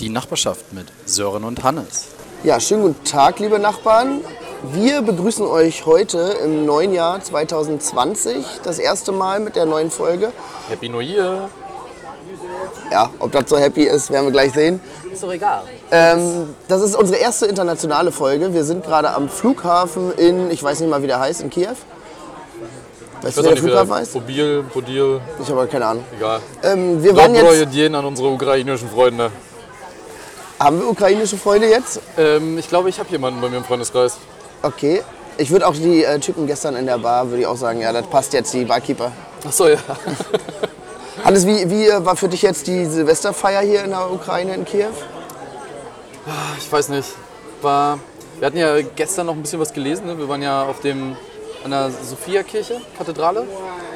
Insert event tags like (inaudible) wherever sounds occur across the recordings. die Nachbarschaft mit Sören und Hannes. Ja, schönen guten Tag, liebe Nachbarn. Wir begrüßen euch heute im neuen Jahr 2020, das erste Mal mit der neuen Folge. Happy New Year! Ja, ob das so happy ist, werden wir gleich sehen. Ist doch egal. Ähm, das ist unsere erste internationale Folge. Wir sind gerade am Flughafen in, ich weiß nicht mal, wie der heißt, in Kiew. Weißt du, Ich weiß wie der auch nicht, Flughafen wer- heißt? Podil, Podil, Ich habe keine Ahnung. egal. Ähm, wir waren Dobroje jetzt, Dien an unsere ukrainischen Freunde. haben wir ukrainische Freunde jetzt? Ähm, ich glaube, ich habe jemanden bei mir im Freundeskreis. Okay. Ich würde auch die äh, Typen gestern in der Bar, würde ich auch sagen, ja, das passt jetzt, die Barkeeper. Achso, (laughs) ja. Hannes, wie, wie äh, war für dich jetzt die Silvesterfeier hier in der Ukraine, in Kiew? Ich weiß nicht. War, wir hatten ja gestern noch ein bisschen was gelesen. Ne? Wir waren ja auf dem, an der Sophia-Kirche, Kathedrale.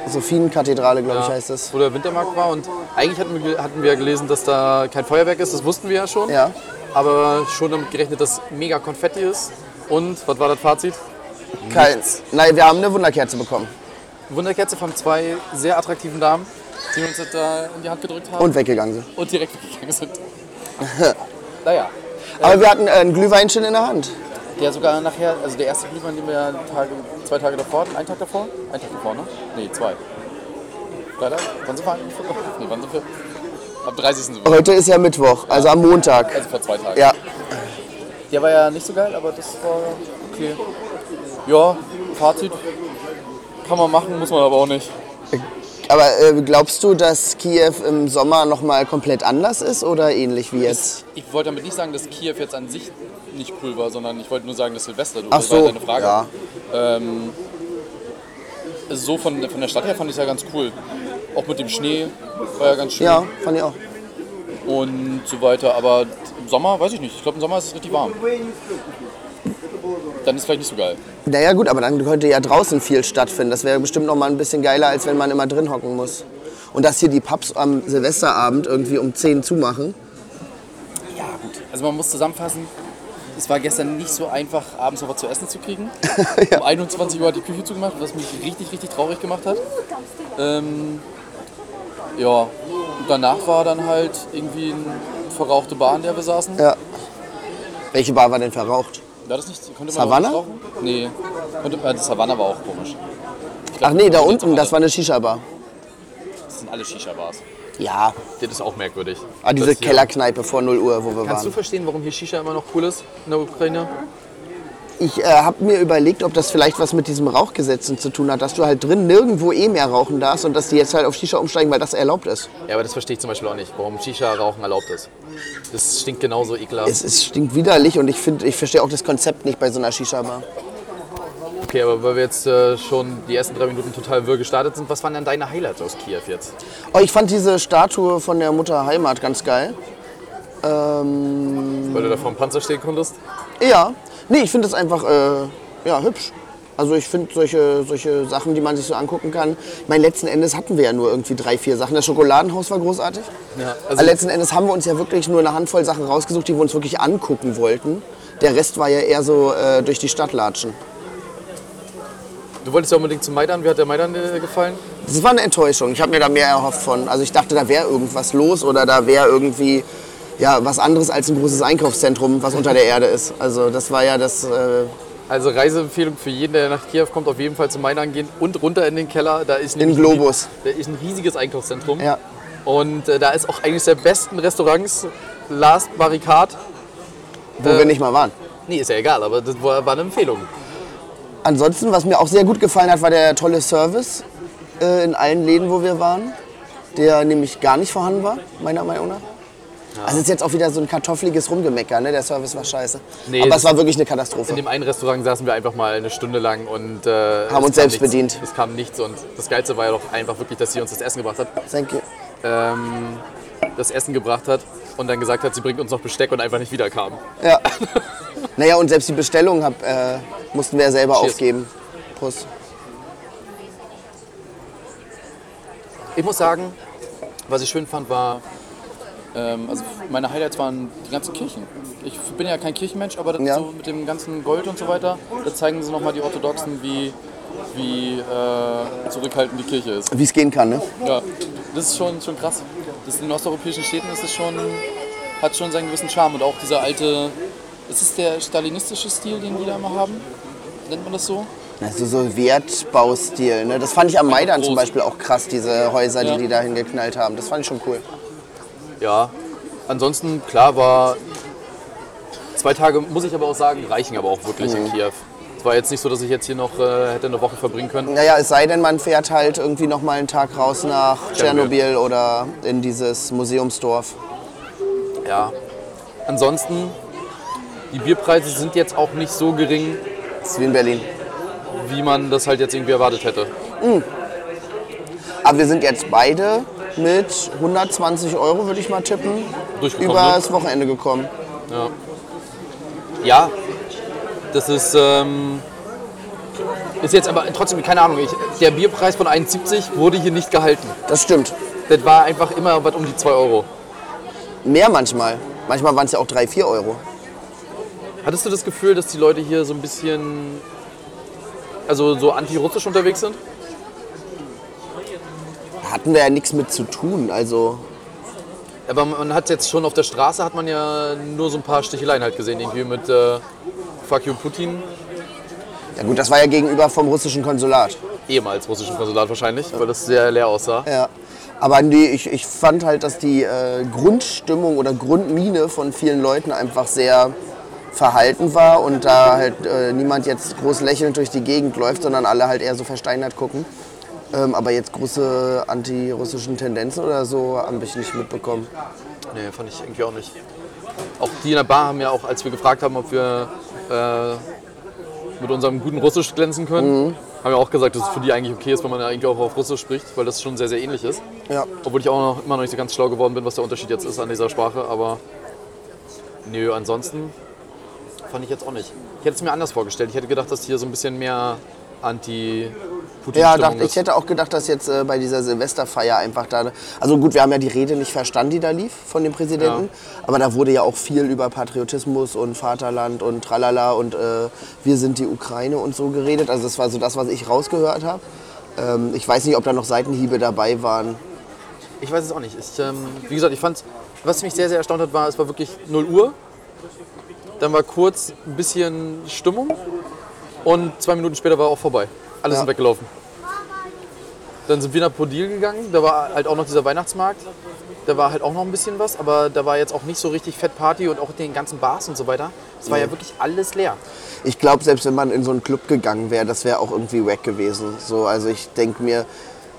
Sophienkkathedrale, glaube ich, Ja, heißt das. Wo der Wintermarkt war. Und eigentlich hatten wir, ge- hatten wir ja gelesen, dass da kein Feuerwerk ist. Das wussten wir ja schon. Ja. Aber schon damit gerechnet, dass mega Konfetti ist. Und, was war das Fazit? Keins. Nein, wir haben eine Wunderkerze bekommen Wunderkerze von zwei sehr attraktiven Damen, die uns das da in die Hand gedrückt haben. und weggegangen sind. und direkt weggegangen sind. (laughs) naja, Aber wir hatten äh, einen Glühweinchen in der Hand. der sogar nachher, also der erste Glühwein, den wir Tage, zwei Tage davor hatten, einen Tag davor, einen Tag davor, ne? Nee, zwei. Freitag? Wann sind wir eigentlich? (laughs) Nee, wann sind wir? Am 30. sind wir. Heute ist ja Mittwoch, also am Montag. Also vor zwei Tagen. Ja, Der war ja nicht so geil, aber das war okay. Ja, Fazit kann man machen, muss man aber auch nicht. aber äh, glaubst du, dass Kiew im Sommer nochmal komplett anders ist oder ähnlich wie jetzt? Ich wollte damit nicht sagen, dass Kiew jetzt an sich nicht cool war, sondern ich wollte nur sagen, dass Silvester, du Ach war halt so, deine Frage. ja. Ähm, so von, von der Stadt her fand ich es ja ganz cool. Auch mit dem Schnee war ja ganz schön Ja, fand ich auch. und so weiter. Aber im Sommer weiß ich nicht. Ich glaube, im Sommer ist es richtig warm. Dann ist es vielleicht nicht so geil. Naja gut, aber dann könnte ja draußen viel stattfinden. Das wäre bestimmt noch mal ein bisschen geiler, als wenn man immer drin hocken muss. Und dass hier die Pubs am Silvesterabend irgendwie um 10 zumachen. Ja, gut. Also man muss zusammenfassen, es war gestern nicht so einfach, abends noch was zu essen zu (laughs) kriegen. Um 21 Uhr hat die Küche zugemacht, was mich richtig, richtig traurig gemacht hat. Ähm, ja, und danach war dann halt irgendwie eine verrauchte Bar, in der wir saßen. Ja. Welche Bar war denn verraucht? War das nicht? Konnte man Savannah? Auch nicht rauchen? Nee. Konnte, äh, das Savannah war auch komisch. Ich glaub, Ach nee, da die unten, sind das war eine Shisha-Bar. alle- Das sind alle Shisha-Bars. Ja, Das ist auch merkwürdig. ah, diese Kellerkneipe vor 0 Uhr, wo wir Kannst du waren. verstehen, warum hier Shisha immer noch cool ist in der Ukraine? Ich äh, habe mir überlegt, ob das vielleicht was mit diesem Rauchgesetzen zu tun hat, dass du halt drin nirgendwo eh mehr rauchen darfst und dass die jetzt halt auf Shisha umsteigen, weil das erlaubt ist. Ja, aber das verstehe ich zum Beispiel auch nicht, warum Shisha-Rauchen erlaubt ist. Das stinkt genauso ekelhaft. Es, es stinkt widerlich und ich finde, ich verstehe auch das Konzept nicht bei so einer Shisha-Bar. Okay, aber weil wir jetzt äh, schon die ersten drei Minuten total wirr gestartet sind, was waren denn deine Highlights aus Kiew jetzt? Oh, ich fand diese Statue von der Mutter Heimat ganz geil. Ähm, Weil du da vor dem Panzer stehen konntest? Ja, nee, ich finde das einfach äh, ja, hübsch. Also ich finde solche, solche Sachen, die man sich so angucken kann. Mein letzten Endes hatten wir ja nur irgendwie drei, vier Sachen. Das Schokoladenhaus war großartig. Ja, Aber letzten Endes haben wir uns ja wirklich nur eine Handvoll Sachen rausgesucht, die wir uns wirklich angucken wollten. Der Rest war ja eher so äh, durch die Stadt latschen. du wolltest ja unbedingt zum Maidan. Wie hat der Maidan äh, gefallen? Das war eine Enttäuschung. Ich habe mir da mehr erhofft von. Also ich dachte, da wäre irgendwas los oder da wäre irgendwie ja, was anderes als ein großes Einkaufszentrum, was unter der Erde ist. Also das war ja das... Äh, Also Reiseempfehlung für jeden, der nach Kiew kommt, auf jeden Fall zum Maidan gehen und runter in den Keller. Da ist nämlich Globus. Ein, da ist ein riesiges Einkaufszentrum. Ja. Und äh, da ist auch eines der besten Restaurants, Last Barricade. wo Äh, wir nicht mal waren. Nee, ist ja egal, aber das war, war eine Empfehlung. Ansonsten, was mir auch sehr gut gefallen hat, war der tolle Service äh, in allen Läden, wo wir waren, der nämlich gar nicht vorhanden war, meiner Meinung nach. Also es ist jetzt auch wieder so ein kartoffeliges Rumgemecker, ne? Der Service war scheiße. Nee, Aber das- es war wirklich eine In Katastrophe. dem einen Restaurant saßen wir einfach mal eine Stunde lang und äh, es Haben uns kam selbst nichts. bedient. Es kam nichts und das Geilste war ja doch einfach wirklich, dass sie uns das Essen gebracht hat. Thank you. Ähm, das Essen gebracht hat und dann gesagt hat, sie bringt uns noch Besteck und einfach nicht wiederkam. Ja. (laughs) naja, und selbst die Bestellung hab, äh, mussten wir ja selber Cheers. aufgeben. Prost. Ich muss sagen, was ich schön fand, war, ähm, also meine Highlights waren die ganzen Kirchen. Ich bin ja kein Kirchenmensch, aber das Ja. so mit dem ganzen Gold und so weiter, da zeigen sie nochmal die Orthodoxen, wie, wie äh, zurückhaltend die Kirche ist. Wie es gehen kann, ne? Ja, das ist schon, schon krass. Das in nordeuropäischen Städten ist es schon hat schon seinen gewissen Charme und auch dieser alte, ist es der stalinistische Stil, den die da immer haben? Nennt man das so? Also so Wertbaustil. Ne? Das fand ich am Maidan zum groß. Beispiel auch krass, diese Häuser, Ja. die die da hingeknallt haben. Das fand ich schon cool. Ja. Ansonsten, klar, war zwei Tage, muss ich aber auch sagen, reichen aber auch wirklich Mhm. in Kiew. Es war jetzt nicht so, dass ich jetzt hier noch äh, hätte eine Woche verbringen können. Naja, es sei denn, man fährt halt irgendwie noch mal einen Tag raus nach Tschernobyl. Tschernobyl oder in dieses Museumsdorf. Ja. Ansonsten, die Bierpreise sind jetzt auch nicht so gering, Das ist wie in Berlin. wie man das halt jetzt irgendwie erwartet hätte. Aber wir sind jetzt beide mit 120 Euro, würde ich mal tippen, Durchgekommen. über ne? das Wochenende gekommen. Ja, das ist, ähm, ist jetzt aber trotzdem, keine Ahnung, ich, der Bierpreis von 1,70 wurde hier nicht gehalten. Das stimmt. Das war einfach immer was um die 2 Euro. Mehr manchmal. Manchmal waren es ja auch 3, 4 Euro. Hattest du das Gefühl, dass die Leute hier so ein bisschen, also so antirussisch unterwegs sind? Hatten wir ja nichts mit zu tun. Also Aber man hat jetzt schon auf der Straße, hat man ja nur so ein paar Sticheleien halt gesehen, irgendwie mit äh, Fuck you Putin, Ja gut, das war ja gegenüber vom russischen Konsulat. ehemals russischen Konsulat wahrscheinlich, weil das sehr leer aussah. Ja. Aber nee, ich, ich fand halt, dass die äh, Grundstimmung oder Grundmine von vielen Leuten einfach sehr verhalten war und da halt äh, niemand jetzt groß lächelnd durch die Gegend läuft, sondern alle halt eher so versteinert gucken. Ähm, aber jetzt große antirussischen Tendenzen oder so habe ich nicht mitbekommen. Nee, fand ich irgendwie auch nicht. Auch die in der Bar haben ja auch, als wir gefragt haben, ob wir äh, mit unserem guten Russisch glänzen Mhm. können, haben ja auch gesagt, dass es für die eigentlich okay ist, wenn man ja irgendwie auch auf Russisch spricht, weil das schon sehr, sehr ähnlich ist. Ja. Obwohl ich auch noch, immer noch nicht so ganz schlau geworden bin, was der Unterschied jetzt ist an dieser Sprache, aber nö, ansonsten fand ich jetzt auch nicht. Ich hätte es mir anders vorgestellt. Ich hätte gedacht, dass hier so ein bisschen mehr Anti-Putin-Stimmung Ja, dachte, ist. ich hätte auch gedacht, dass jetzt äh, bei dieser Silvesterfeier einfach da. Also gut, wir haben ja die Rede nicht verstanden, die da lief von dem Präsidenten. Aber da wurde ja auch viel über Patriotismus und Vaterland und tralala und äh, wir sind die Ukraine und so geredet. Also das war so das, was ich rausgehört habe. Ähm, ich weiß nicht, ob da noch Seitenhiebe dabei waren. Ich weiß es auch nicht. Ich, ähm, wie gesagt, ich fand, was mich sehr, sehr erstaunt hat, war, es war wirklich 0 Uhr. Dann war kurz ein bisschen Stimmung und zwei Minuten später war auch vorbei. Alle sind Ja. weggelaufen. Dann sind wir nach Podil gegangen, da war halt auch noch dieser Weihnachtsmarkt. Da war halt auch noch ein bisschen was, aber da war jetzt auch nicht so richtig fett Party und auch den ganzen Bars und so weiter. Es Mhm. war ja wirklich alles leer. Ich glaube, selbst wenn man in so einen Club gegangen wäre, das wäre auch irgendwie wack gewesen. So, also ich denke mir,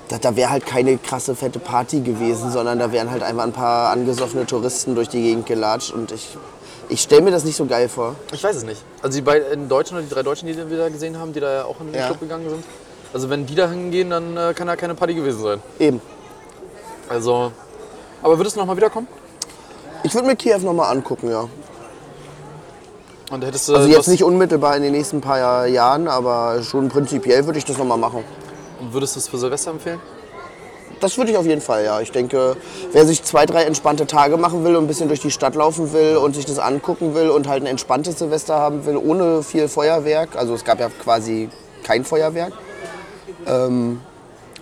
da, da wäre halt keine krasse fette Party gewesen, sondern da wären halt einfach ein paar angesoffene Touristen durch die Gegend gelatscht und ich, ich stelle mir das nicht so geil vor. Ich weiß es nicht. Also die beiden Deutschen oder die drei Deutschen, die wir da gesehen haben, die da ja auch in den Ja. Club gegangen sind. Also wenn die da hingehen, dann äh, kann da keine Party gewesen sein. Eben. Also, aber würdest du nochmal wiederkommen? Ich würde mir Kiew nochmal angucken, ja. Und hättest Also jetzt nicht unmittelbar in den nächsten paar Jahren, aber schon prinzipiell würde ich das nochmal machen. Würdest du es für Silvester empfehlen? Das würde ich auf jeden Fall, ja. Ich denke, wer sich zwei, drei entspannte Tage machen will und ein bisschen durch die Stadt laufen will und sich das angucken will und halt ein entspanntes Silvester haben will, ohne viel Feuerwerk, also es gab ja quasi kein Feuerwerk, ähm,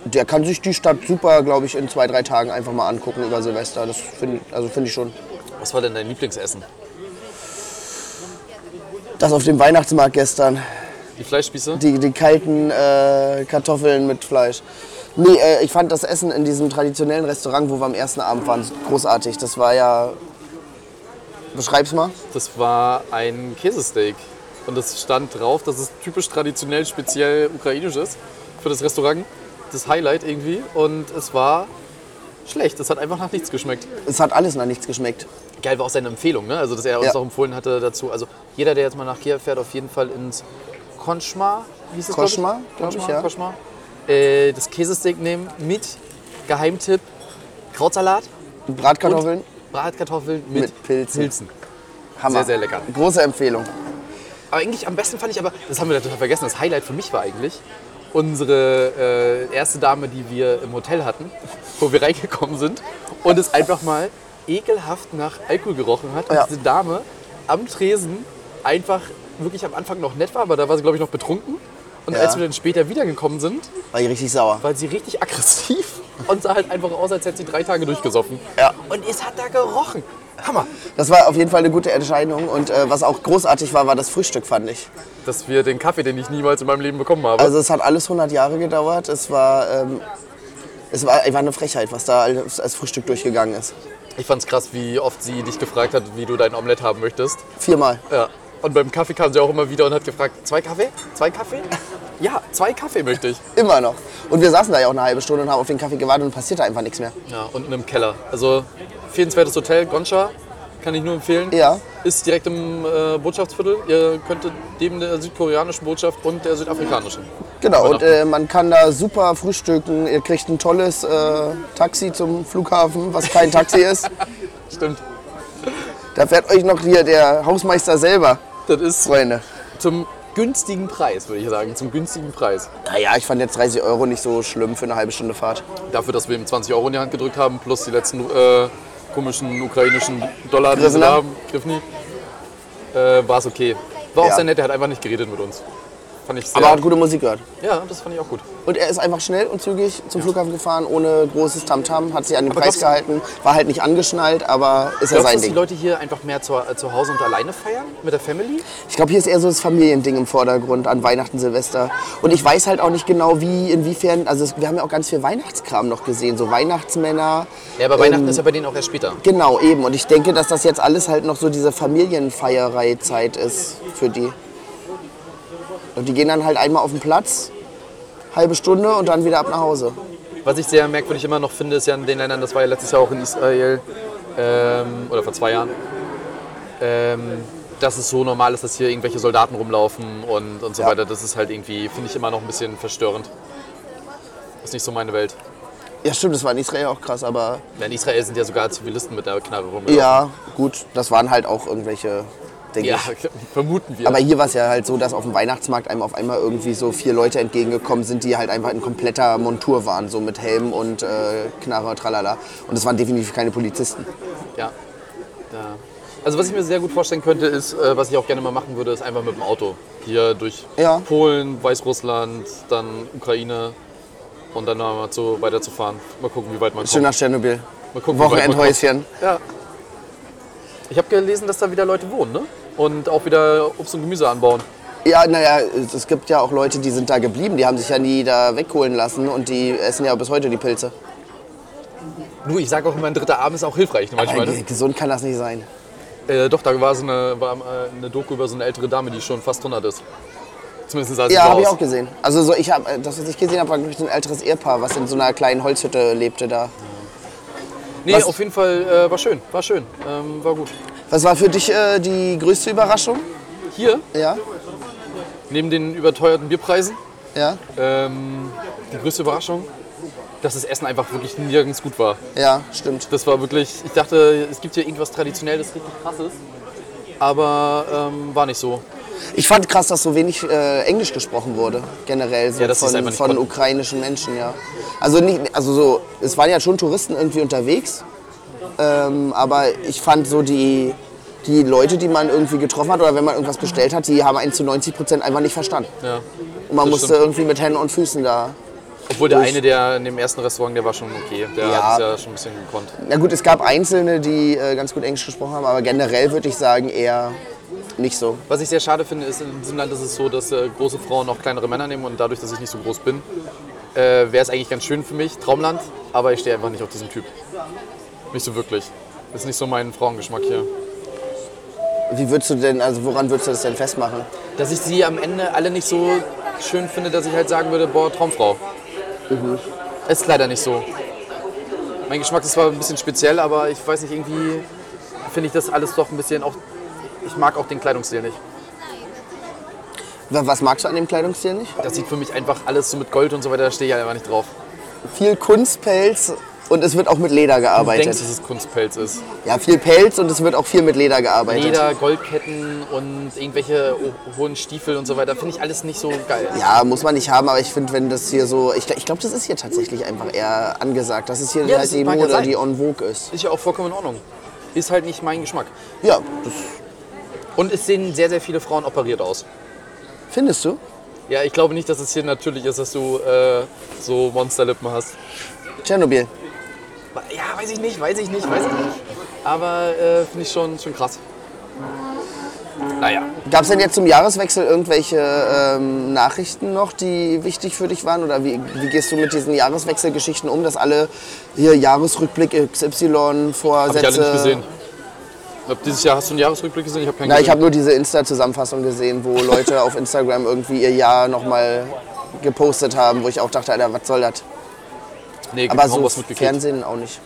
der kann sich die Stadt super, glaube ich, in zwei, drei Tagen einfach mal angucken über Silvester. Das finde also find ich schon. Was war denn dein Lieblingsessen? Das auf dem Weihnachtsmarkt gestern, Die Fleischspieße? die, die kalten äh, Kartoffeln mit Fleisch. Nee, äh, ich fand das Essen in diesem traditionellen Restaurant, wo wir am ersten Abend waren, großartig. Das war ja. Beschreib's mal. Das war ein Käsesteak. Und es stand drauf, dass es typisch traditionell speziell ukrainisch ist für das Restaurant. Das Highlight irgendwie. Und es war schlecht. Es hat einfach nach nichts geschmeckt. Es hat alles nach nichts geschmeckt. Geil war auch seine Empfehlung, ne? Also, dass er uns Ja. auch empfohlen hatte dazu. Also, jeder, der jetzt mal nach Kiew fährt, auf jeden Fall ins Konchma, wie hieß es? Koschma, glaub ich, ja. Konchma. Äh, das Käsesteak nehmen mit Geheimtipp Krautsalat, Bratkartoffeln, Bratkartoffeln mit, Mit Pilzen. Hammer. Sehr, sehr lecker. Große Empfehlung. Aber eigentlich am besten fand ich aber, das haben wir total vergessen, das Highlight für mich war eigentlich unsere äh, erste Dame, die wir im Hotel hatten, wo wir reingekommen sind und es einfach mal ekelhaft nach Alkohol gerochen hat. Und Ja. diese Dame am Tresen einfach wirklich am Anfang noch nett war, aber da war sie, glaube ich, noch betrunken. Und Ja. als wir dann später wiedergekommen sind, War ich richtig sauer. war sie richtig aggressiv und sah halt einfach aus, als hätte sie drei Tage durchgesoffen. Ja. Und es hat da gerochen. Hammer. Das war auf jeden Fall eine gute Entscheidung und äh, was auch großartig war, war das Frühstück, fand ich. Dass wir den Kaffee, den ich niemals in meinem Leben bekommen habe. Also es hat alles 100 Jahre gedauert. Es war, ähm, es war, war eine Frechheit, was da als, als Frühstück durchgegangen ist. ich fand's krass, wie oft sie dich gefragt hat, wie du dein Omelett haben möchtest. Viermal. Ja. Und beim Kaffee kam sie auch immer wieder und hat gefragt, zwei Kaffee? Zwei Kaffee? (laughs) Ja, zwei Kaffee möchte ich. Immer noch. Und wir saßen da ja auch eine halbe Stunde und haben auf den Kaffee gewartet und passierte einfach nichts mehr. Ja, unten im Keller. Also, empfehlenswertes Hotel, Gonscha, kann ich nur empfehlen. Ja. Ist direkt im äh, Botschaftsviertel. Ihr könntet neben der südkoreanischen Botschaft und der südafrikanischen. Genau, und Übernachten. äh, man kann da super frühstücken. Ihr kriegt ein tolles äh, Taxi zum Flughafen, was kein Taxi ist. Stimmt. Da fährt euch noch hier der Hausmeister selber, Das ist Freunde. zum günstigen Preis, würde ich sagen. Zum günstigen Preis. Naja, ich fand jetzt 30 Euro nicht so schlimm für eine halbe Stunde Fahrt. Dafür, dass wir ihm 20 Euro in die Hand gedrückt haben, plus die letzten äh, komischen ukrainischen Dollar, die wir Griffner? haben, Griffni, äh, war es okay. War auch Ja. sehr nett, er hat einfach nicht geredet mit uns. Fand ich sehr, Aber hat gute Musik gehört. ja, das fand ich auch gut. Und er ist einfach schnell und zügig zum Flughafen gefahren, ohne großes Tamtam, hat sich an den Aber Preis glaubst gehalten, war halt nicht angeschnallt, aber ist Glaubst ja du, sein dass die Ding. Leute hier einfach mehr zu, äh, zu Hause und alleine feiern? Mit der Family? Ich glaube, hier ist eher so das Familiending im Vordergrund an Weihnachten, Silvester. Und ich weiß halt auch nicht genau, wie, inwiefern, also es, wir haben ja auch ganz viel Weihnachtskram noch gesehen, so Weihnachtsmänner. Ja, aber Weihnachten ist ja bei denen auch erst später. Genau, eben. Und ich denke, dass das jetzt alles halt noch so diese Familienfeierei-Zeit ist für die. Und die gehen dann halt einmal auf den Platz, halbe Stunde und dann wieder ab nach Hause. Was ich sehr merkwürdig immer noch finde, ist ja in den Ländern, das war ja letztes Jahr auch in Israel ähm, oder vor zwei Jahren, ähm, dass es so normal ist, dass hier irgendwelche Soldaten rumlaufen und, und so Ja. weiter. Das ist halt irgendwie, finde ich immer noch ein bisschen verstörend. Ist nicht so meine Welt. Ja, stimmt, das war in Israel auch krass, aber Ja, In Israel sind ja sogar Zivilisten mit einer Knarre rumgelaufen. ja, gut, das waren halt auch irgendwelche, denke Ja, (laughs) ich. vermuten wir. Aber hier war es ja halt so, dass auf dem Weihnachtsmarkt einem auf einmal irgendwie so vier Leute entgegengekommen sind, die halt einfach in kompletter Montur waren, so mit Helm und äh, Knarre, tralala. Und das waren definitiv keine Polizisten. Ja. ja. Also was ich mir sehr gut vorstellen könnte, ist, äh, was ich auch gerne mal machen würde, ist einfach mit dem Auto hier durch Ja. Polen, Weißrussland, dann Ukraine und dann nochmal zu, weiterzufahren. Mal gucken, wie weit man Schön nach kommt. Tschernobyl. Mal gucken, wie weit man Wochenendhäuschen. kommt. Ja. Ich habe gelesen, dass da wieder Leute wohnen, ne? Und auch wieder Obst und Gemüse anbauen. Ja, naja, es es gibt ja auch Leute, die sind da geblieben, die haben sich ja nie da wegholen lassen und die essen ja bis heute die Pilze. Du, ich sage auch immer, ein dritter Abend ist auch hilfreich ne, manchmal. Weil Ne? Äh, gesund kann das nicht sein. Äh, doch, da war so eine, war, äh, eine Doku über so eine ältere Dame, die schon fast 100 ist. Zumindest sah sie Ja, so habe ich aus. auch gesehen. Also so, ich hab, das, was ich gesehen habe, war glaub ich, so ein älteres Ehepaar, was in so einer kleinen Holzhütte lebte da. Nee, Was- auf jeden Fall äh, war schön, war schön, ähm, war gut. Was war für dich äh, die größte Überraschung? Hier Ja, Neben den überteuerten Bierpreisen, ja, ähm, die größte Überraschung, dass das Essen einfach wirklich nirgends gut war. ja, stimmt. Das war wirklich, ich dachte, es gibt hier irgendwas Traditionelles, richtig krasses, aber ähm, war nicht so. Ich fand krass, dass so wenig äh, Englisch gesprochen wurde, generell so Ja, dass sie's einfach von, nicht von konnten. ukrainischen Menschen, ja. Also nicht, also so, es waren ja schon Touristen irgendwie unterwegs, ähm, aber ich fand so die, die Leute, die man irgendwie getroffen hat oder wenn man irgendwas bestellt hat, die haben einen zu 90 Prozent einfach nicht verstanden. Ja. Und man das musste stimmt. irgendwie mit Händen und Füßen da. Obwohl der eine, der in dem ersten Restaurant, der war schon okay, der Ja. hat es ja schon ein bisschen gekonnt. Na gut, es gab Einzelne, die äh, ganz gut Englisch gesprochen haben, aber generell würde ich sagen eher nicht so. Was ich sehr schade finde, ist, in diesem Land ist es so, dass äh, große Frauen auch kleinere Männer nehmen und dadurch, dass ich nicht so groß bin, äh, wäre es eigentlich ganz schön für mich, Traumland, aber ich stehe einfach nicht auf diesen Typ. Nicht so wirklich. Ist nicht so mein Frauengeschmack hier. Wie würdest du denn, also woran würdest du das denn festmachen? dass ich sie am Ende alle nicht so schön finde, dass ich halt sagen würde, boah, Traumfrau. Ist leider nicht so. Mein Geschmack ist zwar ein bisschen speziell, aber ich weiß nicht, irgendwie finde ich das alles doch ein bisschen auch. Ich mag auch den Kleidungsstil nicht. Wa- Was magst du an dem Kleidungsstil nicht? Das sieht für mich einfach alles so mit Gold und so weiter, da stehe ich halt einfach nicht drauf. viel Kunstpelz und es wird auch mit Leder Du denkst, gearbeitet. dass es Kunstpelz ist. Ja, viel Pelz und es wird auch viel mit Leder gearbeitet. Leder, Goldketten und irgendwelche ho- hohen Stiefel und so weiter, finde ich alles nicht so geil. Ja, muss man nicht haben, aber ich finde, wenn das hier so. Ich, gl- ich glaube, das ist hier tatsächlich einfach eher angesagt. Das ist hier Ja, halt das die mag ja Mode, sein. die en vogue ist. Ist ja auch vollkommen in Ordnung. Ist halt nicht mein Geschmack. Ja, das Und es sehen sehr, sehr viele Frauen operiert aus. findest du? Ja, ich glaube nicht, dass es hier natürlich ist, dass du äh, so Monsterlippen hast. Tschernobyl. Ja, weiß ich nicht, weiß ich nicht, weiß ich nicht. Aber äh, finde ich schon, schon krass. Ah Naja. Gab es denn jetzt zum Jahreswechsel irgendwelche ähm, Nachrichten noch, die wichtig für dich waren? Oder wie, wie gehst du mit diesen Jahreswechselgeschichten um, dass alle hier Jahresrückblick XY Hab ich alle Vorsätze. nicht gesehen. Ich glaub, dieses Jahr hast du einen Jahresrückblick gesehen? Ich habe keinen Na, ich gesehen. habe nur diese Insta-Zusammenfassung gesehen, wo Leute auf Instagram irgendwie ihr Jahr nochmal gepostet haben, wo ich auch dachte, Alter, was soll das? nee, Aber kaum so was mitgekriegt. Fernsehen auch nicht.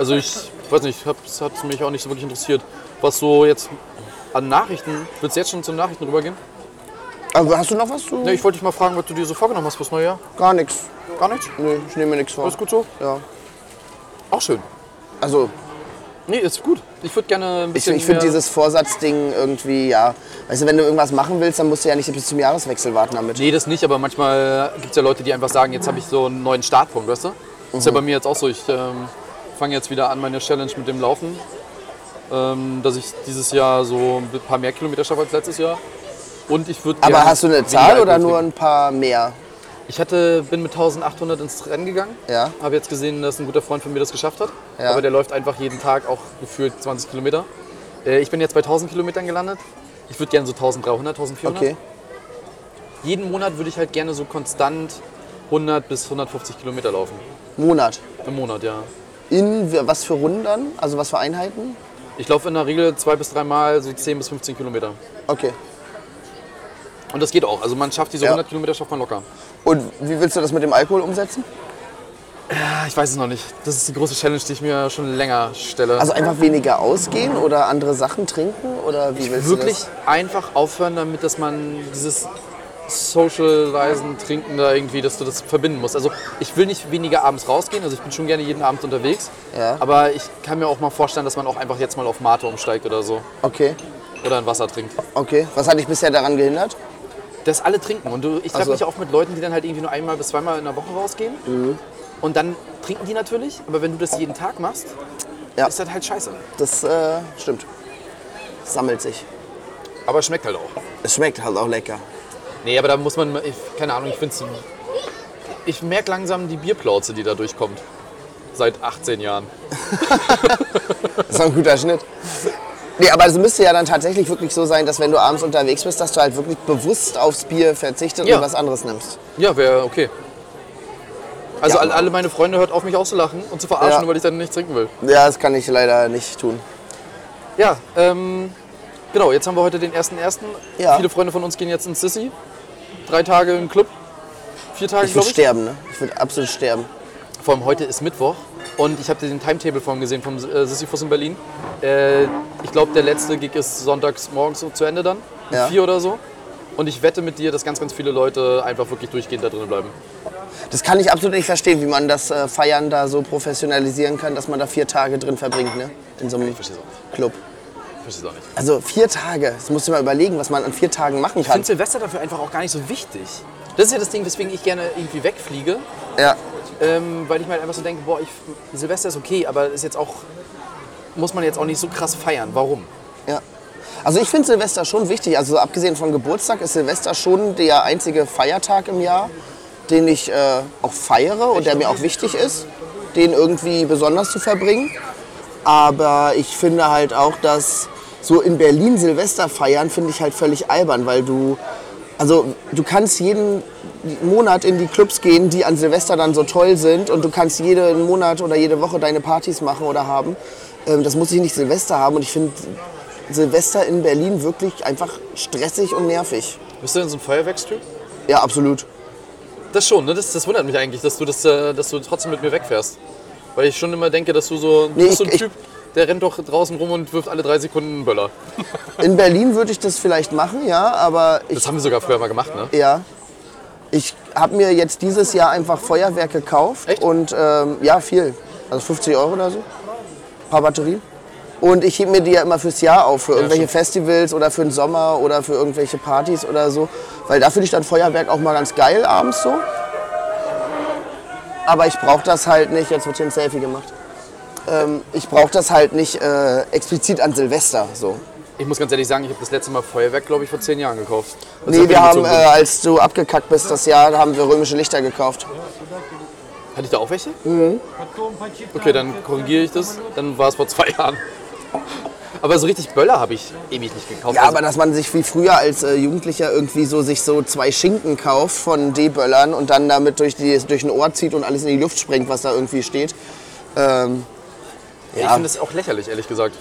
Also ich weiß nicht, es hat mich auch nicht so wirklich interessiert. Was so jetzt an Nachrichten, willst du jetzt schon zu den Nachrichten rübergehen? Aber hast du noch was? Du? Ne, ich wollte dich mal fragen, was du dir so vorgenommen hast fürs neue Jahr. Gar nichts. Gar nichts? Nee, ich nehme mir nichts vor. Alles gut so? Ja. Auch schön. Also, Nee, ist gut. Ich würde gerne ein ich, bisschen ich finde mehr- dieses Vorsatzding irgendwie, ja. Weißt du, wenn du irgendwas machen willst, dann musst du ja nicht bis zum Jahreswechsel warten damit. Nee, das nicht, aber manchmal gibt es ja Leute, die einfach sagen, jetzt habe ich so einen neuen Startpunkt, weißt du? Das Mhm. ist ja bei mir jetzt auch so. Ich ähm, fange jetzt wieder an meine Challenge mit dem Laufen. Ähm, dass ich dieses Jahr so ein paar mehr Kilometer schaffe als letztes Jahr. Und ich würde Aber gerne hast du eine weniger Zahl oder Alkohol nur trinken. ein paar mehr? Ich hatte, bin mit 1800 ins Rennen gegangen. Ja. Habe jetzt gesehen, dass ein guter Freund von mir das geschafft hat. Ja. Aber der läuft einfach jeden Tag auch gefühlt 20 Kilometer. Äh, ich bin jetzt bei 1000 Kilometern gelandet. Ich würde gerne so 1300, 1400. Okay. Jeden Monat würde ich halt gerne so konstant 100 bis 150 Kilometer laufen. Monat. Im Monat, ja. In w- was für Runden dann? Also was für Einheiten? Ich laufe in der Regel zwei bis dreimal so 10 bis 15 Kilometer. Okay. Und das geht auch. Also man schafft diese Ja. 100 Kilometer, schafft man locker. Und wie willst du das mit dem Alkohol umsetzen? Ah, Ich weiß es noch nicht. Das ist die große Challenge, die ich mir schon länger stelle. Also einfach weniger ausgehen oder andere Sachen trinken? Oder wie willst wirklich du einfach aufhören damit, dass man dieses Socialisen, Trinken da irgendwie, dass du das verbinden musst. Also ich will nicht weniger abends rausgehen, also ich bin schon gerne jeden Abend unterwegs, Ja. aber ich kann mir auch mal vorstellen, dass man auch einfach jetzt mal auf Mate umsteigt oder so das? Okay, oder ein Wasser trinkt. okay. Was hat dich bisher daran gehindert? Dass alle trinken und du, ich treffe Also- mich auch mit Leuten, die dann halt irgendwie nur einmal bis zweimal in der Woche rausgehen Mhm. und dann trinken die natürlich, aber wenn du das jeden Tag machst, Ja. ist das halt scheiße. Das äh, stimmt. Es sammelt sich. Aber schmeckt halt auch. Es schmeckt halt auch lecker. Nee, aber da muss man, ich, keine Ahnung, ich finde es. Ich merke langsam die Bierplauze, die da durchkommt. Seit 18 Jahren. Das ist auch ein guter Schnitt. Nee, aber es müsste ja dann tatsächlich wirklich so sein, dass wenn du abends unterwegs bist, dass du halt wirklich bewusst aufs Bier verzichtest Ja. und was anderes nimmst. Ja, wäre okay. Also Ja, all, aber- alle meine Freunde hört auf mich auszulachen und zu verarschen, Ja. weil ich dann nichts trinken will. Ja, das kann ich leider nicht tun. Ja, ähm, genau, jetzt haben wir heute den ersten ersten. Ja. Viele Freunde von uns gehen jetzt ins Sissy. Drei Tage im Club. Vier Tage, Ich würde glaube ich. sterben, ne? Ich würde absolut sterben. Vor allem heute ist Mittwoch und ich habe den Timetable vorhin gesehen vom äh, Sisyphus in Berlin. Äh, ich glaube, der letzte Gig ist sonntags morgens so zu Ende dann, um Ja. vier oder so. Und ich wette mit dir, dass ganz, ganz viele Leute einfach wirklich durchgehend da drin bleiben. Das kann ich absolut nicht verstehen, wie man das äh, Feiern da so professionalisieren kann, dass man da vier Tage drin verbringt, ne? In so einem versteh's auch nicht. Club. Ich verstehe es auch nicht. Also vier Tage. Das musst du mal überlegen, was man an vier Tagen machen Ich kann. finde Silvester dafür einfach auch gar nicht so wichtig. Das ist ja das Ding, weswegen ich gerne irgendwie wegfliege, Ja. ähm, weil ich mir halt einfach so denke, boah, ich, Silvester ist okay, aber ist jetzt auch, muss man jetzt auch nicht so krass feiern. Warum? Ja. Also ich finde Silvester schon wichtig. Also so abgesehen von Geburtstag ist Silvester schon der einzige Feiertag im Jahr, den ich äh, auch feiere und der mir auch wichtig ist, den irgendwie besonders zu verbringen. Aber ich finde halt auch, dass so in Berlin Silvester feiern, finde ich halt völlig albern, weil du, also du kannst jeden Monat in die Clubs gehen, die an Silvester dann so toll sind und du kannst jeden Monat oder jede Woche deine Partys machen oder haben. Ähm, das muss ich nicht Silvester haben und ich finde Silvester in Berlin wirklich einfach stressig und nervig. Bist du denn so ein Feuerwerkstyp? Ja, absolut. Das schon, ne? das, das wundert mich eigentlich, dass du, das, äh, dass du trotzdem mit mir wegfährst. Weil ich schon immer denke, dass du so, du Nee, bist so ich- ein ich- Typ, der rennt doch draußen rum und wirft alle drei Sekunden einen (laughs) Böller. In Berlin würde ich das vielleicht machen, ja, aber ich Das haben wir sogar früher mal gemacht, ne? Ja. Ich habe mir jetzt dieses Jahr einfach Feuerwerk gekauft. Echt? Und ähm, ja, viel. Also 50 Euro oder so. paar Batterien. Und ich hebe mir die ja immer fürs Jahr auf, für irgendwelche Festivals oder für den Sommer oder für irgendwelche Partys oder so. Weil da finde ich dann Feuerwerk auch mal ganz geil abends so. Aber ich brauche das halt nicht, jetzt wird hier ein Selfie gemacht. Ähm, ich brauche das halt nicht äh, explizit an Silvester so. Ich muss ganz ehrlich sagen, ich habe das letzte Mal Feuerwerk, glaube ich, vor zehn Jahren gekauft. Als Nee, wir haben, umgezogen äh, bin. als du abgekackt bist das Jahr, da haben wir römische Lichter gekauft. Hatte ich da auch welche? Mhm. Okay, dann korrigiere ich das. Dann war es vor zwei (laughs) Jahren. Aber so richtig Böller habe ich ewig nicht gekauft. Ja, Also, aber dass man sich wie früher als äh, Jugendlicher irgendwie so sich so zwei Schinken kauft von D-Böllern und dann damit durch, die, durch ein Ohr zieht und alles in die Luft sprengt, was da irgendwie steht. Ähm, ich ja. finde das auch lächerlich, ehrlich gesagt.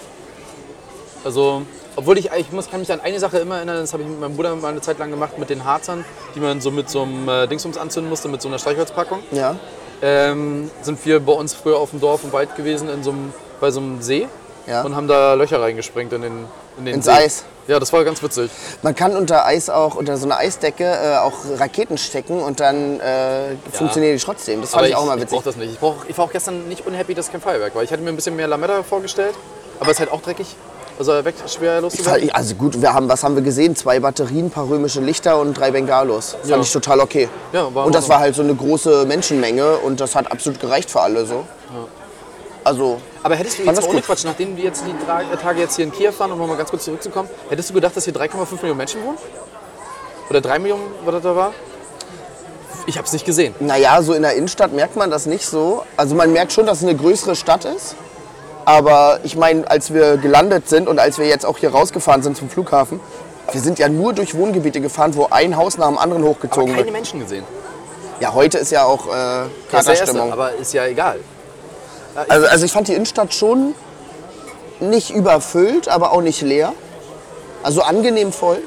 Also, obwohl ich, ich muss, kann mich an eine Sache immer erinnern, das habe ich mit meinem Bruder mal eine Zeit lang gemacht, mit den Harzern, die man so mit so einem äh, Dingsums anzünden musste, mit so einer Streichholzpackung. ja. ähm, sind wir bei uns früher auf dem Dorf im Wald gewesen, in so einem, bei so einem See Ja. und haben da Löcher reingesprengt in den, in den Ins See. Eis. Ja, das war ganz witzig. Man kann unter Eis auch, unter so einer Eisdecke äh, auch Raketen stecken und dann äh, funktionieren die trotzdem. Das fand ich auch mal ich brauch witzig. das nicht. Ich, brauch, ich war auch gestern nicht unhappy, dass kein Feuerwerk war. Ich hatte mir ein bisschen mehr Lametta vorgestellt, aber es ist halt auch dreckig. Also weg, schwer Ich fand, loszuwerden. ich- also gut, wir haben, was haben wir gesehen? Zwei Batterien, ein paar römische Lichter und drei Bengalos. Ja. Fand ich total okay. Ja, war in und das Ordnung. war halt so eine große Menschenmenge und das hat absolut gereicht für alle so. Also, Aber hättest du jetzt Fand mal das ohne gut. Quatsch, nachdem wir jetzt die Tra- äh, Tage jetzt hier in Kiew waren, um nochmal ganz kurz zurückzukommen, hättest du gedacht, dass hier 3,5 Millionen Menschen wohnen? Oder 3 Millionen, was das da war? Ich hab's nicht gesehen. naja, so in der Innenstadt merkt man das nicht so. Also man merkt schon, dass es eine größere Stadt ist. Aber ich meine, als wir gelandet sind und als wir jetzt auch hier rausgefahren sind zum Flughafen, wir sind ja nur durch Wohngebiete gefahren, wo ein Haus nach dem anderen Aber hochgezogen keine wird. Menschen gesehen. Ja, heute ist ja auch äh, Das ist der erste, Katerstimmung. aber ist ja egal. Also, also ich fand die Innenstadt schon nicht überfüllt, aber auch nicht leer. Also angenehm voll. Ähm,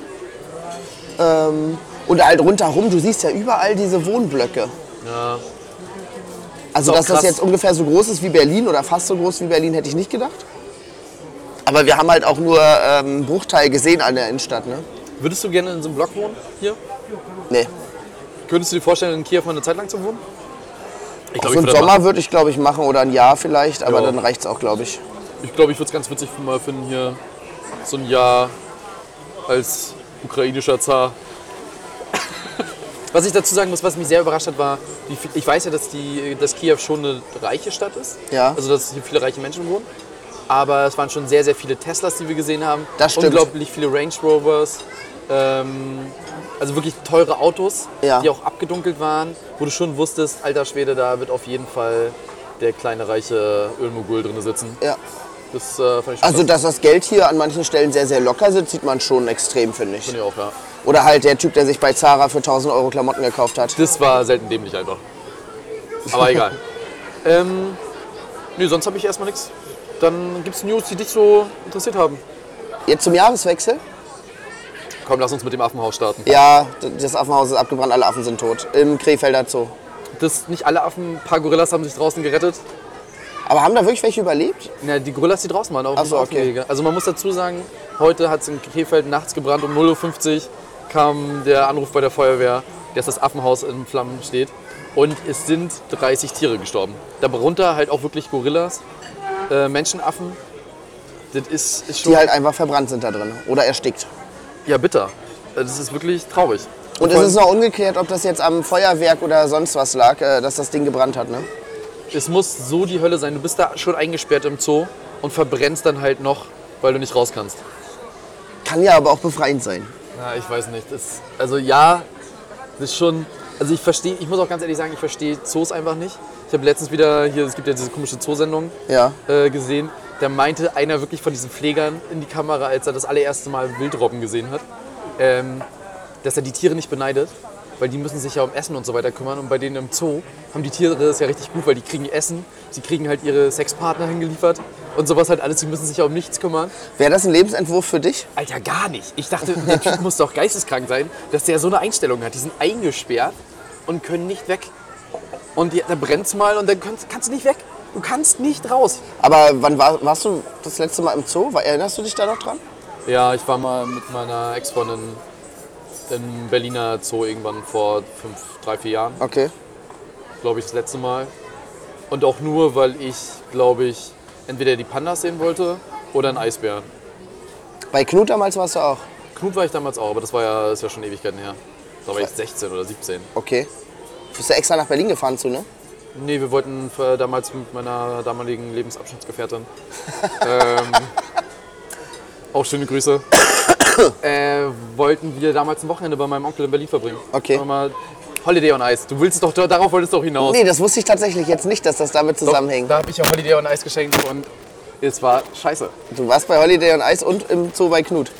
und halt rundherum, du siehst ja überall diese Wohnblöcke. Ja. Ist Also auch dass das krass. jetzt ungefähr so groß ist wie Berlin oder fast so groß wie Berlin, hätte ich nicht gedacht. Aber wir haben halt auch nur ähm, einen Bruchteil gesehen an der Innenstadt, ne? Würdest du gerne in so einem Block wohnen hier? Nee. Könntest du dir vorstellen, in Kiew mal eine Zeit lang zu wohnen? Ich So ich einen würde Sommer würde ich, glaube ich, machen oder ein Jahr vielleicht, aber Ja. dann reicht's auch, glaube ich. ich, glaub, ich würde es ganz witzig mal finden, hier so ein Jahr als ukrainischer Zar. was ich dazu sagen muss, was mich sehr überrascht hat, war, wie viel, ich weiß ja, dass, die, dass Kiew schon eine reiche Stadt ist. Ja. Also, dass hier viele reiche Menschen wohnen. Aber es waren schon sehr, sehr viele Teslas, die wir gesehen haben. Das stimmt. Unglaublich viele Range Rovers. Ähm, also wirklich teure Autos, Ja. die auch abgedunkelt waren, wo du schon wusstest, alter Schwede, da wird auf jeden Fall der kleine reiche Ölmogul drin sitzen. Ja. Das äh, fand ich schon Also krass. dass das Geld hier an manchen Stellen sehr, sehr locker sitzt, sieht man schon extrem, finde ich. Fand ich auch, ja. Oder halt der Typ, der sich bei Zara für 1000 Euro Klamotten gekauft hat. Das war selten dämlich einfach. Aber egal. ähm, nee, sonst habe ich erstmal nichts. Dann gibt's News, die dich so interessiert haben. Jetzt zum Jahreswechsel? Komm, lass uns mit dem Affenhaus starten. Ja, d- das Affenhaus ist abgebrannt, alle Affen sind tot. Im Krefelder Zoo. Das, nicht alle Affen, ein paar Gorillas haben sich draußen gerettet. Aber haben da wirklich welche überlebt? Na, die Gorillas, die draußen waren, auch Ach so, im okay. Affenwege. Also man muss dazu sagen, heute hat es in Krefeld nachts gebrannt. Um 0.50 Uhr kam der Anruf bei der Feuerwehr, dass das Affenhaus in Flammen steht. Und es sind 30 Tiere gestorben. Darunter halt auch wirklich Gorillas, äh, Menschenaffen. Das ist, ist schon Die halt einfach verbrannt sind da drin oder erstickt. ja bitter. Also Das ist wirklich traurig. Und es ist noch ungeklärt, ob das jetzt am Feuerwerk oder sonst was lag, äh, dass das Ding gebrannt hat, ne? Es muss so die Hölle sein. Du bist da schon eingesperrt im Zoo und verbrennst dann halt noch, weil du nicht raus kannst. Kann ja aber auch befreiend sein. Ja, ich weiß nicht. Das, also ja, das ist schon. Also ich verstehe, ich muss auch ganz ehrlich sagen, ich verstehe Zoos einfach nicht. Ich habe letztens wieder hier, es gibt ja diese komische Zoosendung Ja. äh, gesehen. Da meinte einer wirklich von diesen Pflegern in die Kamera, als er das allererste Mal Wildrobben gesehen hat, ähm, dass er die Tiere nicht beneidet, weil die müssen sich ja um Essen und so weiter kümmern. Und bei denen im Zoo haben die Tiere das ja richtig gut, weil die kriegen Essen, sie kriegen halt ihre Sexpartner hingeliefert und sowas halt alles. Die müssen sich ja um nichts kümmern. Wäre das ein Lebensentwurf für dich? Alter, gar nicht. Ich dachte, der Typ muss doch geisteskrank sein, dass der so eine Einstellung hat. Die sind eingesperrt und können nicht weg. Und die, da brennt's mal und dann kannst, kannst du nicht weg. Du kannst nicht raus. Aber wann war, warst du das letzte Mal im Zoo? War- Erinnerst du dich da noch dran? Ja, ich war mal mit meiner Ex-Freundin im Berliner Zoo irgendwann vor fünf, drei, vier Jahren, Okay. glaube ich, das letzte Mal. Und auch nur, weil ich, glaube ich, entweder die Pandas sehen wollte oder einen Eisbären. Bei Knut damals warst du auch. Knut war ich damals auch, aber das war ja, das ist ja schon Ewigkeiten her. Da war ich 16 oder 17. Okay. Bist du extra nach Berlin gefahren zu, ne? Nee, wir wollten äh, damals mit meiner damaligen (laughs) Lebensabschnittsgefährtin. ähm, auch schöne Grüße. äh, wollten wir damals ein Wochenende bei meinem Onkel in Berlin verbringen. Okay. Sagen wir Mal Holiday on Ice. Du willst es doch, darauf wolltest du auch hinaus. Nee, das wusste ich tatsächlich jetzt nicht, dass das damit Doch, zusammenhängt. Da habe ich ja Holiday on Ice geschenkt und Es war scheiße. Du warst bei Holiday on Ice und im Zoo bei Knut.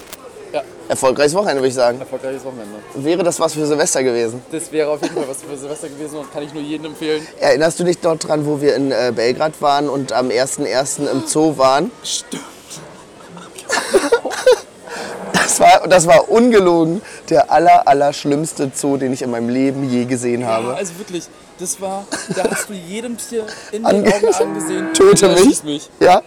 Ja. Erfolgreiches Wochenende, würde ich sagen. Erfolgreiches Wochenende. Wäre das was für Silvester gewesen? Das wäre auf jeden Fall was für Silvester gewesen und kann ich nur jedem empfehlen. Erinnerst du dich dort dran, wo wir in äh, Belgrad waren und am 1.1. im Zoo waren? Stimmt. Das war, das war ungelogen der aller, aller schlimmste Zoo, den ich in meinem Leben je gesehen Ja, habe. also wirklich, das war, da hast du jedem Tier in den Ange- Augen angesehen. (laughs) Töte ja, mich. schieß mich. Ja.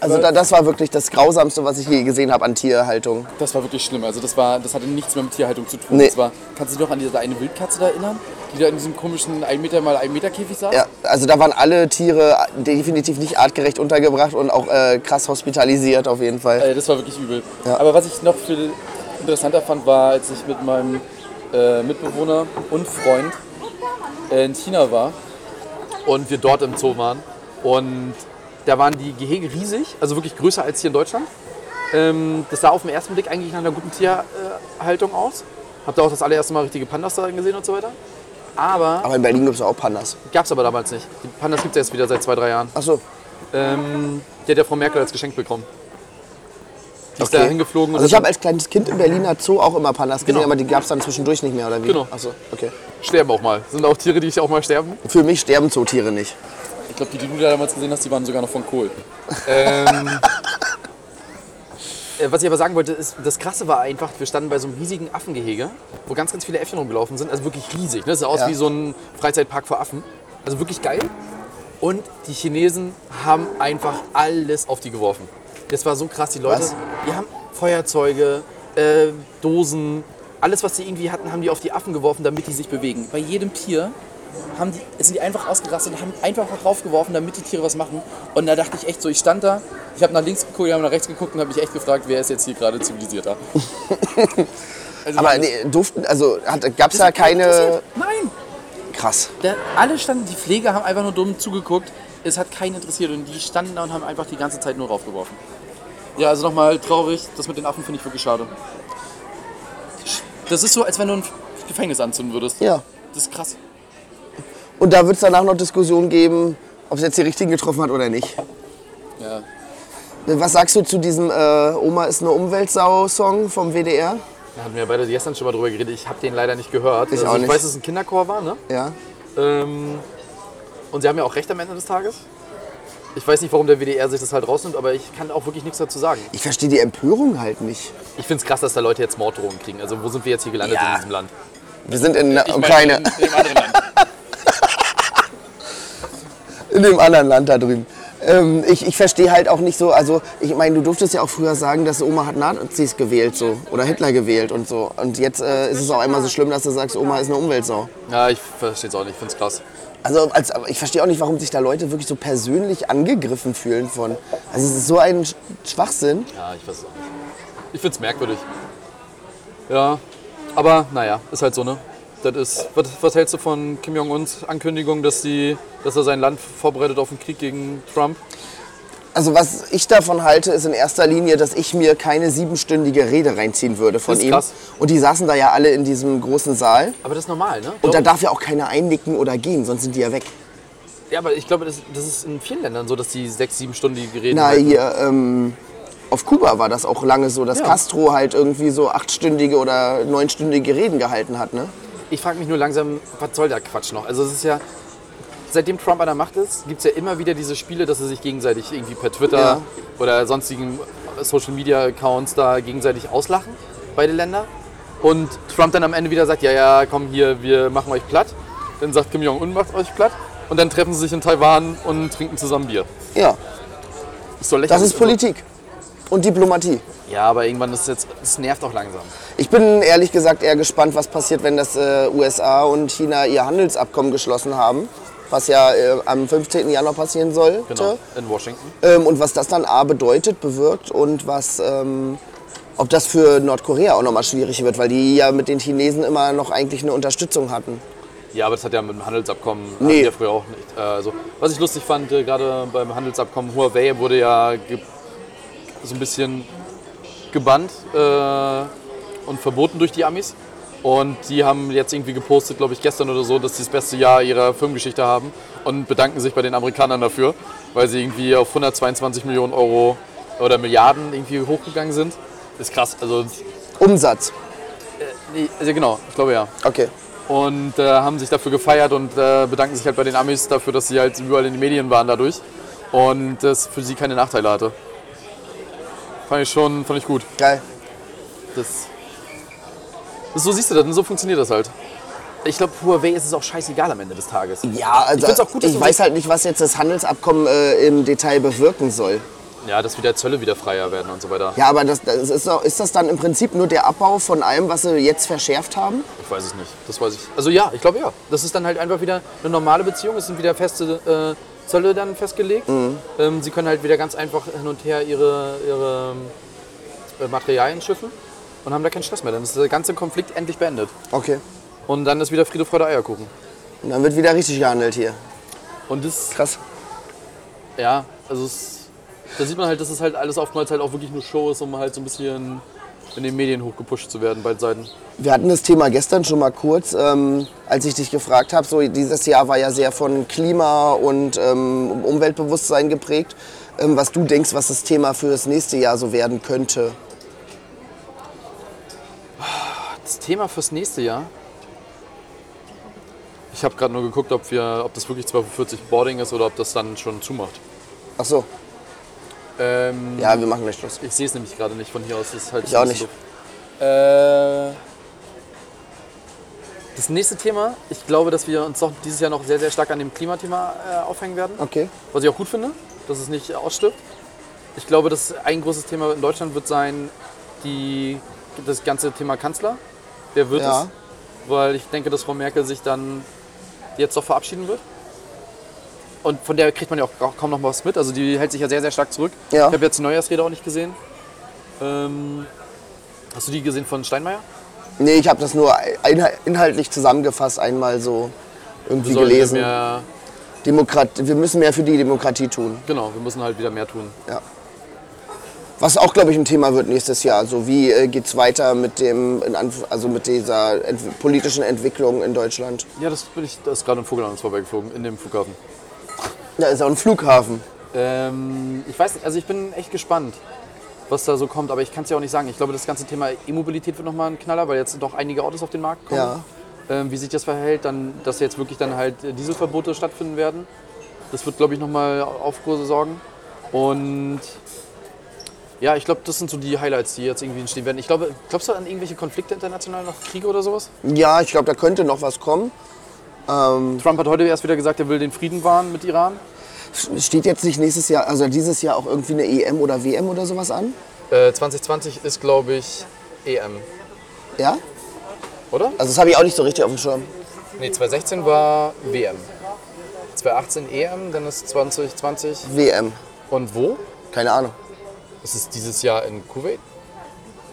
Also da, das war wirklich das Grausamste, was ich je gesehen habe an Tierhaltung. Das war wirklich schlimm. Also das war, das hatte nichts mehr mit Tierhaltung zu tun. Nee. Das war, kannst du dich noch an diese eine Wildkatze da erinnern, die da in diesem komischen 1 Meter mal 1 Meter Käfig saß? Ja, also da waren alle Tiere definitiv nicht artgerecht untergebracht und auch äh, krass hospitalisiert auf jeden Fall. Äh, das war wirklich übel. Ja. Aber was ich noch viel interessanter fand, war, als ich mit meinem äh, Mitbewohner und Freund äh, in China war. Und wir dort im Zoo waren. Und da waren die Gehege riesig, also wirklich größer als hier in Deutschland. Ähm, das sah auf den ersten Blick eigentlich nach einer guten Tierhaltung aus. Hab da auch das allererste Mal richtige Pandas da gesehen und so weiter. Aber Aber in Berlin gibt es auch Pandas. gab es aber damals nicht. Die Pandas gibt es jetzt wieder seit zwei, drei Jahren. Ach so. Ähm, die hat der Frau Merkel als Geschenk bekommen. Die ist Okay. da hingeflogen. und Also ich hat habe als kleines Kind im Berliner Zoo auch immer Pandas gesehen, Genau. aber die gab es dann zwischendurch nicht mehr, oder wie? Genau. Ach so, okay. dann- sterben auch mal. Sind auch Tiere, die auch mal sterben. Für mich sterben Zootiere nicht. Ich glaube, die, die du da damals gesehen hast, die waren sogar noch von Kohl. Ähm, (laughs) äh, was ich aber sagen wollte, ist, das Krasse war einfach, wir standen bei so einem riesigen Affengehege, wo ganz, ganz viele Äffchen rumgelaufen sind. Also wirklich riesig. Ne? Das sah aus Ja. wie so ein Freizeitpark für Affen. Also wirklich geil. Und die Chinesen haben einfach alles auf die geworfen. Das war so krass, die Leute. Was? Die haben Feuerzeuge, äh, Dosen, alles, was sie irgendwie hatten, haben die auf die Affen geworfen, damit die sich bewegen. Bei jedem Tier haben die, sind die einfach ausgerastet und haben einfach was draufgeworfen, damit die Tiere was machen. Und da dachte ich echt so, ich stand da, ich habe nach links geguckt, ich habe nach rechts geguckt und habe mich echt gefragt, wer ist jetzt hier gerade zivilisierter. also Aber das- nee, durften, also gab es das da hat keinen keine... interessiert. Nein! Krass. Da, alle standen, die Pfleger haben einfach nur dumm zugeguckt, es hat keinen interessiert und die standen da und haben einfach die ganze Zeit nur draufgeworfen. Ja, also nochmal traurig, das mit den Affen finde ich wirklich schade. Das ist so, als wenn du ein Gefängnis anzünden würdest. Ja. Das ist krass. Und da wird es danach noch Diskussionen geben, ob es jetzt die Richtigen getroffen hat oder nicht. Ja. Was sagst du zu diesem äh, Oma ist eine Umweltsau-Song vom WDR? Da hatten wir beide gestern schon mal drüber geredet. Ich habe den leider nicht gehört. Ich also auch ich nicht. weiß, dass es ein Kinderchor war, ne? Ja. Ähm, und sie haben ja auch recht am Ende des Tages. Ich weiß nicht, warum der WDR sich das halt rausnimmt, aber ich kann auch wirklich nichts dazu sagen. Ich verstehe die Empörung halt nicht. Ich finde es krass, dass da Leute jetzt Morddrohungen kriegen. Also wo sind wir jetzt hier gelandet Ja. in diesem Land? Wir sind in äh, der Ich meine, Ukraine, In, in dem anderen Land. (laughs) in dem anderen Land da drüben. Ähm, ich ich verstehe halt auch nicht so, also ich meine, du durftest ja auch früher sagen, dass Oma hat Nazis gewählt so oder Hitler gewählt und so. Und jetzt äh, ist es auch einmal so schlimm, dass du sagst, Oma ist eine Umweltsau. (laughs) Ja, ich verstehe es auch nicht. Ich finde es krass. Also als, aber ich verstehe auch nicht, warum sich da Leute wirklich so persönlich angegriffen fühlen von. Also es ist so ein Sch- Schwachsinn. Ja, ich weiß es auch nicht. Ich finde es merkwürdig. Ja, aber naja, ist halt so, ne? Das ist, was, was hältst du von Kim Jong-uns Ankündigung, dass, die, dass er sein Land vorbereitet auf den Krieg gegen Trump? Also was ich davon halte, ist in erster Linie, dass ich mir keine siebenstündige Rede reinziehen würde von Ist ihm. krass. Und die saßen da ja alle in diesem großen Saal. Aber das ist normal, ne? Und da darf ja auch keiner einnicken oder gehen, sonst sind die ja weg. ja, aber ich glaube, das, das ist in vielen Ländern so, dass die sechs, sieben Stunden die Reden Na, halten. hier ähm, auf Kuba war das auch lange so, dass Ja. Castro halt irgendwie so achtstündige oder neunstündige Reden gehalten hat, ne? Ich frage mich nur langsam, was soll der Quatsch noch? Also es ist ja, seitdem Trump an der Macht ist, gibt es ja immer wieder diese Spiele, dass sie sich gegenseitig irgendwie per Twitter Ja. oder sonstigen äh, Social Media Accounts da gegenseitig auslachen, beide Länder. Und Trump dann am Ende wieder sagt, ja, ja, komm hier, wir machen euch platt. Dann sagt Kim Jong-un, macht euch platt. Und dann treffen sie sich in Taiwan und trinken zusammen Bier. Ja, Ist doch das lächerlich. also. ist Politik und Diplomatie. Ja, aber irgendwann ist es jetzt, es nervt auch langsam. Ich bin ehrlich gesagt eher gespannt, was passiert, wenn das äh, USA und China ihr Handelsabkommen geschlossen haben, was ja äh, am 15. Januar passieren sollte. Genau, in Washington. Ähm, und was das dann A bedeutet, bewirkt und was, ähm, ob das für Nordkorea auch nochmal schwierig wird, weil die ja mit den Chinesen immer noch eigentlich eine Unterstützung hatten. Ja, aber das hat ja mit dem Handelsabkommen hatten Nee. wir früher auch nicht. Äh, Also, was ich lustig fand, äh, gerade beim Handelsabkommen Huawei wurde ja ge- so ein bisschen gebannt äh, und verboten durch die Amis. Und die haben jetzt irgendwie gepostet, glaube ich, gestern oder so, dass sie das beste Jahr ihrer Firmengeschichte haben. Und und bedanken sich bei den Amerikanern dafür, weil sie irgendwie auf 122 Millionen Euro oder Milliarden irgendwie hochgegangen sind. Ist krass. Also, Umsatz. nee, also genau, ich glaube ja. Okay. Und äh, haben sich dafür gefeiert und äh, bedanken sich halt bei den Amis dafür, dass sie halt überall in den Medien waren dadurch und das für sie keine Nachteile hatte. Fand ich schon, fand ich gut. Geil. Das, das so siehst du das und so funktioniert das halt. Ich glaube, Huawei ist es auch scheißegal am Ende des Tages. Ja, also find's ich, auch gut, dass du weiß so- halt nicht, was jetzt das Handelsabkommen äh, im Detail bewirken soll. Ja, dass wieder Zölle wieder freier werden und so weiter. Ja, aber das, das ist, doch- ist das dann im Prinzip nur der Abbau von allem, was sie jetzt verschärft haben? Ich weiß es nicht. Das weiß ich. Also ja, ich glaube ja. Das ist dann halt einfach wieder eine normale Beziehung. Es sind wieder feste äh, Zölle dann festgelegt. Ähm, sie können halt wieder ganz einfach hin und her ihre, ihre ähm, äh, Materialien schiffen und haben da keinen Stress mehr. Dann ist der ganze Konflikt endlich beendet. Okay. Und dann ist wieder Friede, Freude, Eierkuchen. Und dann wird wieder richtig gehandelt hier. Und das, Krass. ja, also es, da sieht man halt, dass es halt alles oftmals halt auch wirklich nur Show ist, um halt so ein bisschen in den Medien hochgepusht zu werden, beide Seiten. Wir hatten das Thema gestern schon mal kurz, ähm, als ich dich gefragt habe. So dieses Jahr war ja sehr von Klima und ähm, Umweltbewusstsein geprägt. Ähm, was du denkst, was das Thema für das nächste Jahr so werden könnte? Das Thema fürs nächste Jahr. Ich habe gerade nur geguckt, ob, wir, ob das wirklich 12.40 Boarding ist oder ob das dann schon zumacht. Ach so, Ähm, ja, wir machen gleich Schluss. Ich sehe es nämlich gerade nicht von hier aus. Das ist halt Ich auch ein bisschen nicht. doof. Äh, das nächste Thema, ich glaube, dass wir uns doch dieses Jahr noch sehr, sehr stark an dem Klimathema äh, aufhängen werden. Okay. Was ich auch gut finde, dass es nicht ausstirbt. Ich glaube, dass ein großes Thema in Deutschland wird sein, die, das ganze Thema Kanzler. Wer wird Ja. es? Weil ich denke, dass Frau Merkel sich dann jetzt doch verabschieden wird. Und von der kriegt man ja auch kaum noch was mit. Also die hält sich ja sehr, sehr stark zurück. Ja. Ich habe jetzt die Neujahrsrede auch nicht gesehen. Ähm, hast du die gesehen von Steinmeier? Nee, ich habe das nur einha- inhaltlich zusammengefasst einmal so irgendwie Sollten wir gelesen. Mehr, Demokrat wir müssen mehr für die Demokratie tun. genau, wir müssen halt wieder mehr tun. Ja. Was auch, glaube ich, ein Thema wird nächstes Jahr. So wie äh, geht's weiter mit dem, in Anf also mit dieser ent politischen Entwicklung in Deutschland? Ja, das bin ich, da ist gerade ein Vogel an uns vorbeigeflogen, in dem Flughafen. Da ist auch ein Flughafen. Ähm, ich weiß nicht, also ich bin echt gespannt, was da so kommt, aber ich kann es ja auch nicht sagen. Ich glaube, das ganze Thema E-Mobilität wird nochmal ein Knaller, weil jetzt doch einige Autos auf den Markt kommen. Ja. Ähm, wie sich das verhält, dann, dass jetzt wirklich dann halt äh, Dieselverbote stattfinden werden. Das wird, glaube ich, nochmal Aufruhr sorgen. Und ja, ich glaube, das sind so die Highlights, die jetzt irgendwie entstehen werden. Ich glaube, glaubst du an irgendwelche Konflikte international, noch Kriege oder sowas? Ja, ich glaube, da könnte noch was kommen. Ähm, Trump hat heute erst wieder gesagt, er will den Frieden wahren mit Iran. steht jetzt nicht nächstes Jahr, also dieses Jahr auch irgendwie eine EM oder WM oder sowas an? Äh, 2020 ist, glaube ich, EM, Ja? oder? Also das habe ich auch nicht so richtig auf dem Schirm. Nee, 2016 war WM. 2018 EM, E dann ist 2020. WM. Und wo? Keine Ahnung. Ist es dieses Jahr in Kuwait?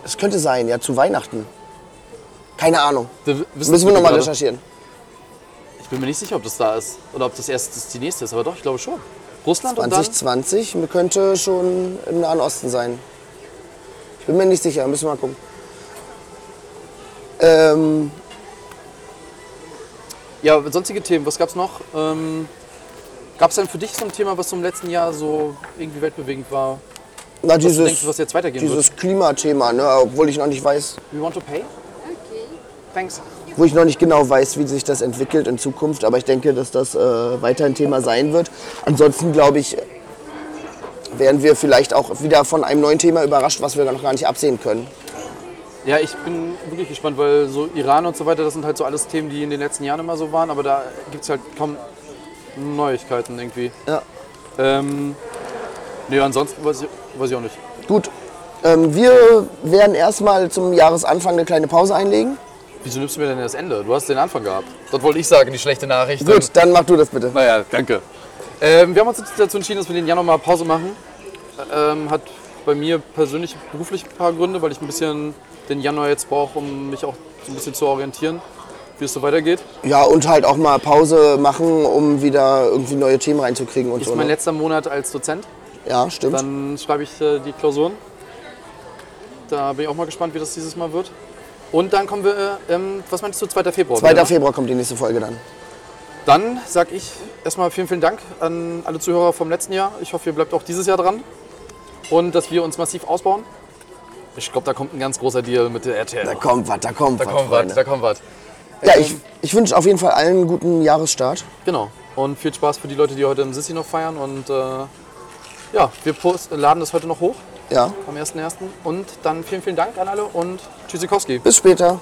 Es könnte sein, ja, zu Weihnachten. Keine Ahnung. Da w- wissen Müssen wir nochmal gerade. recherchieren. Ich bin mir nicht sicher, ob das da ist oder ob das erst das die nächste ist, aber doch, ich glaube schon. Russland und dann? 2020 könnte schon im Nahen Osten sein. Ich bin mir nicht sicher, müssen wir mal gucken. Ähm, Ja, sonstige Themen, was gab's noch? Ähm, gab's denn für dich so ein Thema, was so im letzten Jahr so irgendwie weltbewegend war? na, Was du dieses, denkst, was jetzt weitergehen wird? dieses Klimathema, ne, obwohl ich noch nicht weiß, We want to pay? Thanks. wo ich noch nicht genau weiß, wie sich das entwickelt in Zukunft, aber ich denke, dass das äh, weiter ein Thema sein wird. Ansonsten glaube ich, werden wir vielleicht auch wieder von einem neuen Thema überrascht, was wir noch gar nicht absehen können. Ja, ich bin wirklich gespannt, weil so Iran und so weiter, das sind halt so alles Themen, die in den letzten Jahren immer so waren, aber da gibt es halt kaum Neuigkeiten irgendwie. Ja. Ähm, nee, ansonsten weiß ich, weiß ich auch nicht. Gut, ähm, wir werden erstmal zum Jahresanfang eine kleine Pause einlegen. Wieso nimmst du mir denn das Ende? Du hast den Anfang gehabt. Das wollte ich sagen, die schlechte Nachricht. Gut, dann mach du das bitte. Naja, danke. Ähm, wir haben uns jetzt dazu entschieden, dass wir den Januar mal Pause machen. Ähm, hat bei mir persönlich beruflich ein paar Gründe, weil ich ein bisschen den Januar jetzt brauche, um mich auch so ein bisschen zu orientieren, wie es so weitergeht. Ja, und halt auch mal Pause machen, um wieder irgendwie neue Themen reinzukriegen und Ist so. mein Ne? letzter Monat als Dozent. Ja, stimmt. Dann schreibe ich äh, die Klausuren. Da bin ich auch mal gespannt, wie das dieses Mal wird. Und dann kommen wir, äh, ähm, was meinst du, 2. Februar? 2. wieder, ne? Februar kommt die nächste Folge dann. Dann sage ich erstmal vielen, vielen Dank an alle Zuhörer vom letzten Jahr. Ich hoffe, ihr bleibt auch dieses Jahr dran und dass wir uns massiv ausbauen. Ich glaube, da kommt ein ganz großer Deal mit der RTL. Da kommt was, da kommt da was. kommt was, Freunde. da kommt was. Ja, ich, ich wünsche auf jeden Fall allen einen guten Jahresstart. Genau. Und viel Spaß für die Leute, die heute im Sissi noch feiern. Und äh, ja, wir post, laden das heute noch hoch Ja, am 1.1. Und dann vielen, vielen Dank an alle und Tschüssikowski. bis später.